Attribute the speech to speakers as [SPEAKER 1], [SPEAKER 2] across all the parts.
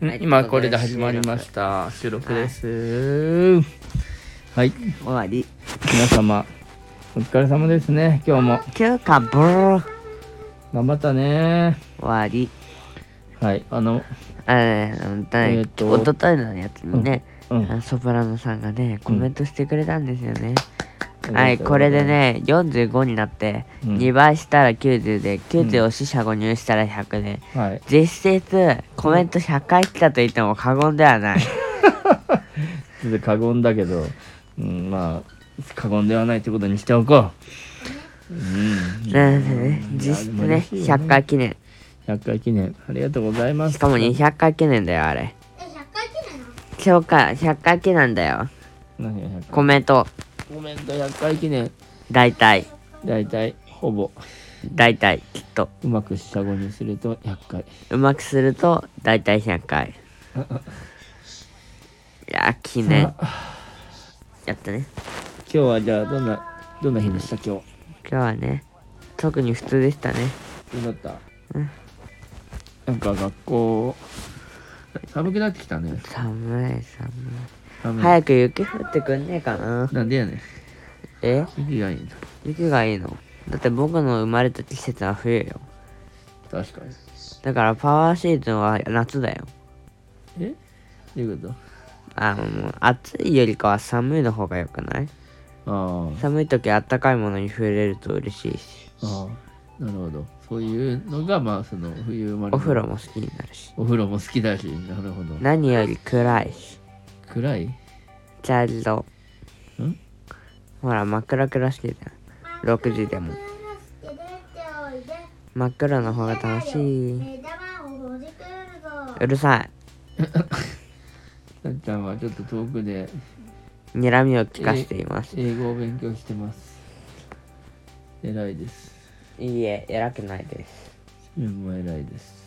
[SPEAKER 1] うん
[SPEAKER 2] はい
[SPEAKER 1] 今これで始まりました収録ですはい
[SPEAKER 2] 終わり
[SPEAKER 1] 皆様お疲れ様ですね今日も
[SPEAKER 2] 今日かブー終
[SPEAKER 1] 頑張ったね
[SPEAKER 2] わり
[SPEAKER 1] はいあの
[SPEAKER 2] あ
[SPEAKER 1] え
[SPEAKER 2] れだね
[SPEAKER 1] ーと
[SPEAKER 2] 一昨日のやつにね、
[SPEAKER 1] うん
[SPEAKER 2] あのソプラノさんがねコメントしてくれたんですよね、
[SPEAKER 1] うん
[SPEAKER 2] はいこれでね45になって、
[SPEAKER 1] うん
[SPEAKER 2] 2倍したら90で90を四捨五入したら100で、
[SPEAKER 1] はい
[SPEAKER 2] 実質コメント100回来たと言っても過言ではない
[SPEAKER 1] ちょっと過言だけど、うん、まあ過言ではないってことにしておこううん
[SPEAKER 2] なのでね実質
[SPEAKER 1] いや
[SPEAKER 2] ね
[SPEAKER 1] でも嬉しいよ
[SPEAKER 2] 100回記念
[SPEAKER 1] 100回記念ありがとうございます
[SPEAKER 2] しかも200回記念だよあれ100回記念100回記念だよ
[SPEAKER 1] 何が100
[SPEAKER 2] コメント
[SPEAKER 1] 回コメント100回記念
[SPEAKER 2] 大体
[SPEAKER 1] だいたいほぼ
[SPEAKER 2] 大体きっと
[SPEAKER 1] うまく下語にすると100回
[SPEAKER 2] うまくすると大体100回いや記念やったね
[SPEAKER 1] 今日はじゃあどんなどんな日でした今日
[SPEAKER 2] 今日はね特に普通でしたね
[SPEAKER 1] どうだった、なんか学校寒くなってきたね
[SPEAKER 2] 寒い寒い
[SPEAKER 1] 寒い
[SPEAKER 2] 早く雪降ってくんねえかな
[SPEAKER 1] なんでやねん
[SPEAKER 2] え
[SPEAKER 1] 雪がいいんだ
[SPEAKER 2] 雪がいいのだって僕の生まれた季節は冬よ
[SPEAKER 1] 確かに
[SPEAKER 2] だからパワーシーズンは夏だよ
[SPEAKER 1] えどういうこ
[SPEAKER 2] あもう暑いよりかは寒いの方が良くない
[SPEAKER 1] とああ
[SPEAKER 2] 寒い時あったかいものに触れると嬉しいし
[SPEAKER 1] ああなるほどそういうのがまあその冬生まれの
[SPEAKER 2] お風呂も好きになるし
[SPEAKER 1] お風呂も好きだしなるほど
[SPEAKER 2] 何より暗いし
[SPEAKER 1] 暗い
[SPEAKER 2] 茶色
[SPEAKER 1] ん
[SPEAKER 2] ほら真っ暗暗しいじゃん6時でも真っ暗の方が楽しいう
[SPEAKER 3] 目玉をほじくるぞ。
[SPEAKER 2] るさ
[SPEAKER 1] さっちゃんはちょっと遠くで
[SPEAKER 2] い睨みを利かしています
[SPEAKER 1] 英語を勉強してます偉いです
[SPEAKER 2] いいえ偉くないです
[SPEAKER 1] 自分も偉いです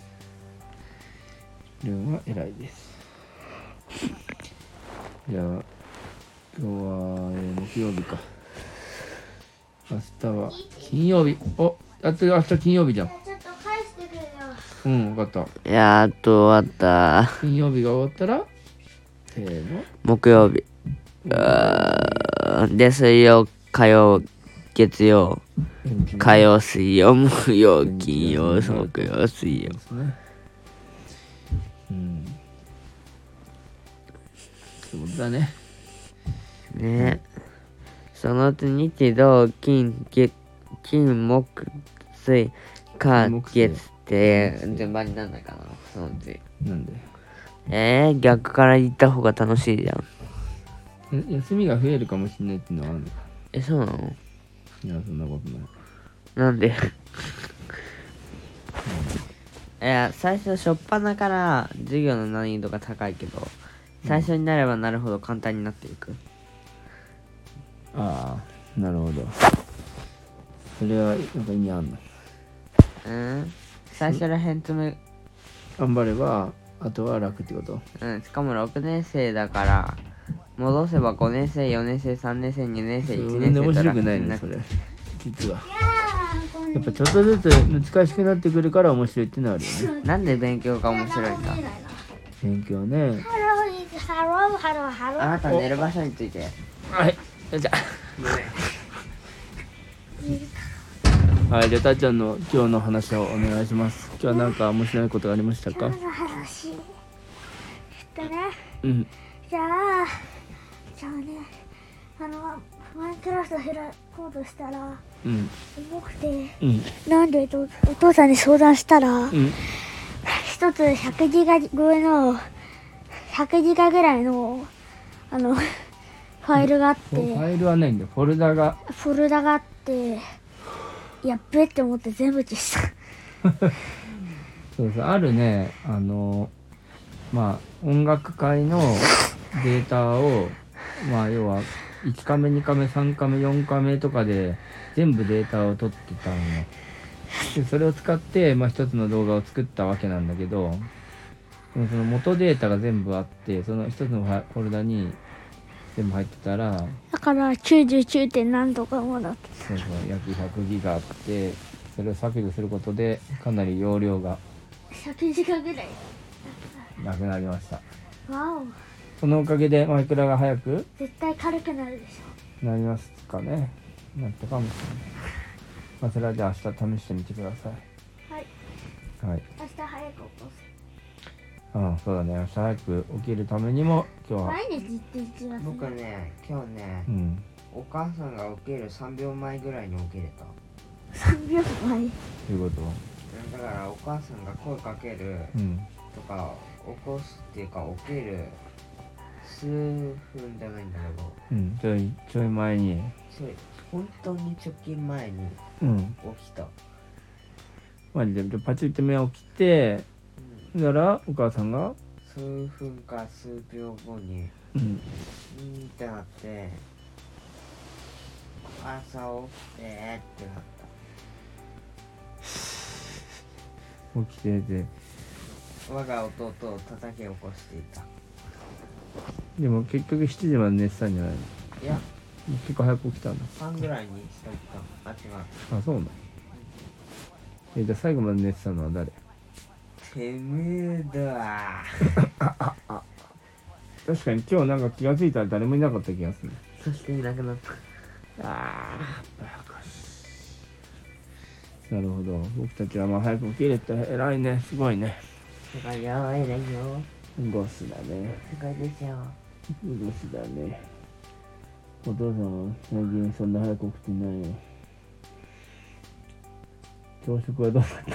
[SPEAKER 1] 自分は偉いですじゃあ今日は、えー木曜日か明日は金曜日おあと明日金曜日じゃん
[SPEAKER 3] ちょっと返してくれよ。
[SPEAKER 1] うん分かった
[SPEAKER 2] やっと終わった
[SPEAKER 1] 金曜日が終わったらせーの
[SPEAKER 2] 木曜日あーで水曜火曜月曜火曜水曜木曜金曜木曜水曜
[SPEAKER 1] ですねうんそういうことだね
[SPEAKER 2] ねそのうち日土金月金木水火
[SPEAKER 1] 金木水
[SPEAKER 2] 月って順番になんだかなそのうち
[SPEAKER 1] なんで
[SPEAKER 2] えー、逆から行った方が楽しいじゃん
[SPEAKER 1] え休みが増えるかもしれないっていうのはあるのか
[SPEAKER 2] えそうなの
[SPEAKER 1] いやそんなことない
[SPEAKER 2] なんで いや最初初っ端から授業の難易度が高いけど最初になればなるほど簡単になっていく、
[SPEAKER 1] ああなるほどそれはなんか意味あんの
[SPEAKER 2] うん最初らへん詰め
[SPEAKER 1] 頑張ればあとは楽ってこと
[SPEAKER 2] うん、しかも6年生だから戻せば5年生4年生3年生2年生1
[SPEAKER 1] 全
[SPEAKER 2] 年
[SPEAKER 1] 然面
[SPEAKER 2] 生
[SPEAKER 1] 白
[SPEAKER 2] 楽
[SPEAKER 1] くない
[SPEAKER 2] に
[SPEAKER 1] ね
[SPEAKER 2] な
[SPEAKER 1] それ
[SPEAKER 2] る
[SPEAKER 1] 実は
[SPEAKER 3] あー、こん
[SPEAKER 1] や
[SPEAKER 3] な
[SPEAKER 1] っぱちょっとずつ難しくなってくるから面白いっていうのはあるよね
[SPEAKER 2] なんで勉強が面白いか
[SPEAKER 1] 勉強ね
[SPEAKER 3] ハロー、ハロー、ハロー、ハロ
[SPEAKER 2] あ
[SPEAKER 3] ー。
[SPEAKER 2] なた寝る場所について
[SPEAKER 1] はいじゃあはいじゃあたっちゃんの今日の話をお願いします今日はなんか面白いことがありましたか
[SPEAKER 3] 今日の話。えっとね、
[SPEAKER 1] うん
[SPEAKER 3] じゃあ、じゃあね、あの、マインクラフト開こうとしたら、
[SPEAKER 1] うん
[SPEAKER 3] 重くて、
[SPEAKER 1] うん
[SPEAKER 3] なんでとお父さんに相談したら、
[SPEAKER 1] うん
[SPEAKER 3] 一つ100ギガ超えの100ギガぐらいのあの ファイルがあっ
[SPEAKER 1] フ
[SPEAKER 3] て
[SPEAKER 1] ァイルはないんだよフォルダが
[SPEAKER 3] フォルダがあってやっべって思って全部消した
[SPEAKER 1] そうそうあるねあのまあ音楽会のデータをまあ要は1カメ2カメ3カメ4カメとかで全部データを取ってたのねでそれを使って、まあ、一つの動画を作ったわけなんだけどでもその元データが全部あってその一つのファフォルダに全部入ってたら
[SPEAKER 3] だから99点何とかもだって
[SPEAKER 1] そうそう約100ギガあってそれを削除することでかなり容量が
[SPEAKER 3] 100ギガぐらい
[SPEAKER 1] なくなりました
[SPEAKER 3] わお
[SPEAKER 1] そのおかげでマイクラが早く
[SPEAKER 3] 絶対軽くなるでし
[SPEAKER 1] なりますかねなったかもしれない、まあ、それはじゃあ明日試してみてくださ
[SPEAKER 3] ょはい
[SPEAKER 1] いはい
[SPEAKER 3] 明日早く起こ
[SPEAKER 1] うんそうだね明日早く起きるためにも今日
[SPEAKER 3] す
[SPEAKER 1] は
[SPEAKER 3] 毎日って言ってます
[SPEAKER 2] 僕ね今日ね
[SPEAKER 1] うん
[SPEAKER 2] お母さんが起きる3秒前ぐらいに起きれた
[SPEAKER 3] 3秒前
[SPEAKER 1] ということを
[SPEAKER 2] だからお母さんが声かける
[SPEAKER 1] うん
[SPEAKER 2] とか起こすっていうか起きる数分じゃないんだけど
[SPEAKER 1] うんちょいちょい前に
[SPEAKER 2] それ本当に直近前に
[SPEAKER 1] うん
[SPEAKER 2] 起きた
[SPEAKER 1] マジででパチって目を切ってならお母さんが
[SPEAKER 2] 数分か数秒後に
[SPEAKER 1] うん
[SPEAKER 2] うんってなって朝起きてってなっ
[SPEAKER 1] 起きてて
[SPEAKER 2] た我が弟を叩き起こしていた
[SPEAKER 1] でも結局7時まで寝てたんじゃないの
[SPEAKER 2] いや
[SPEAKER 1] 結構早く起きたんだ
[SPEAKER 2] 3ぐらいにしといたあ違う
[SPEAKER 1] あそうなのえじゃあ最後まで寝てたのは誰
[SPEAKER 2] てめえだ
[SPEAKER 1] 確かに今日なんか気がついたら誰もいなかった気がする
[SPEAKER 4] そしていなくなった
[SPEAKER 1] ああバカなるほど僕たちはまあ早く起きれて偉いねすごいね
[SPEAKER 2] すごいよ偉いよ
[SPEAKER 1] ゴスだね
[SPEAKER 2] すごいですよ
[SPEAKER 1] ゴスだねお父さんは最近そんな早く起きてないよ朝食はどうなった
[SPEAKER 2] 食べ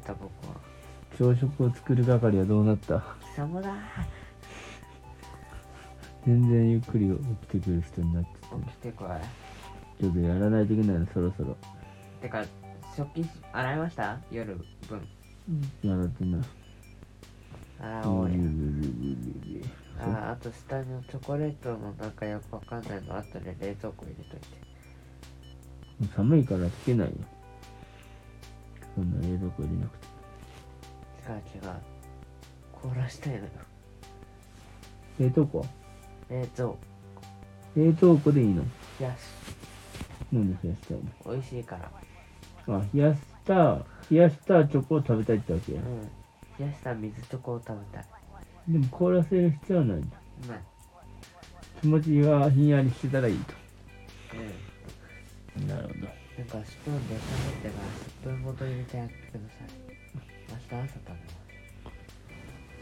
[SPEAKER 2] た僕は
[SPEAKER 1] 朝食を作る係はどうなった
[SPEAKER 2] 貴様だ
[SPEAKER 1] 全然ゆっくり起きてくる人になっちゃって
[SPEAKER 2] 起きてこい
[SPEAKER 1] ちょっとやらないといけないのそろそろ
[SPEAKER 2] てか食器洗いました夜分
[SPEAKER 1] やらってな
[SPEAKER 2] 洗お
[SPEAKER 1] ブ
[SPEAKER 2] う
[SPEAKER 1] リ
[SPEAKER 2] よ
[SPEAKER 1] ブリブリブリ
[SPEAKER 2] あーあと下のチョコレートのなんかよくわかんないの後で冷蔵庫入れといて
[SPEAKER 1] 寒いからつけないよそんな冷蔵庫入れなくて
[SPEAKER 2] 違う違う凍らしたいのよ
[SPEAKER 1] 冷凍庫
[SPEAKER 2] 冷蔵庫
[SPEAKER 1] 冷凍庫でいいの
[SPEAKER 2] 冷やし
[SPEAKER 1] なんで冷やしたい
[SPEAKER 2] 美味しいから
[SPEAKER 1] のあ冷やした冷やしたチョコを食べたいってわけや
[SPEAKER 2] うん冷やした水チョコを食べたい
[SPEAKER 1] でも凍らせる必要はないんだ
[SPEAKER 2] うまい
[SPEAKER 1] 気持ちがひんやりしてたらいいと
[SPEAKER 2] うん
[SPEAKER 1] なるほど
[SPEAKER 2] なんかスプーンで食べてからスプーンごと入れてやってください明日朝食べます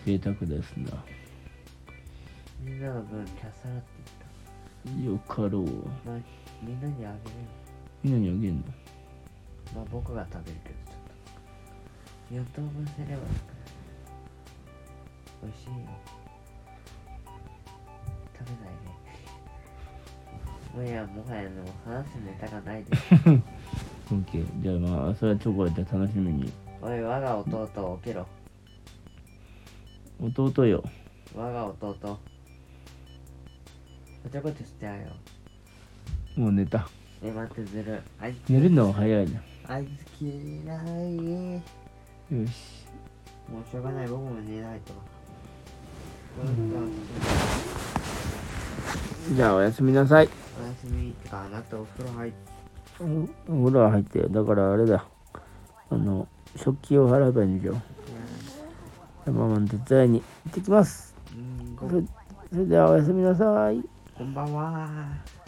[SPEAKER 1] 贅沢ですな
[SPEAKER 2] みんなの分キャサラって
[SPEAKER 1] よかろう
[SPEAKER 2] 言った、まあ、みんなにあげるよ
[SPEAKER 1] みんなにあげんの
[SPEAKER 2] まあ僕が食べるけどちょっと4等分すれば美味しいよ食べないでもういやもはやもう話すネタがないです
[SPEAKER 1] オッケーじゃあまあそれはチョコやったら楽しみに
[SPEAKER 2] おい我が弟起きろ
[SPEAKER 1] 弟よ
[SPEAKER 2] 我が弟おちょこちょしてやよ
[SPEAKER 1] もう寝た
[SPEAKER 2] え待ってずるあい
[SPEAKER 1] 寝るのは早いじ
[SPEAKER 2] あいつ嫌い
[SPEAKER 1] ゃんよし
[SPEAKER 2] もうしょうがない、僕も寝ないと。
[SPEAKER 1] じゃあおやすみなさい
[SPEAKER 2] おやすみ。てか、あなたお風呂入って。
[SPEAKER 1] おお風呂入ってよだからあれだあの食器を払えばいいんでしょママの手伝いに行ってきます
[SPEAKER 2] うん、ご
[SPEAKER 1] それそれではおやすみなさい
[SPEAKER 2] こんばんは。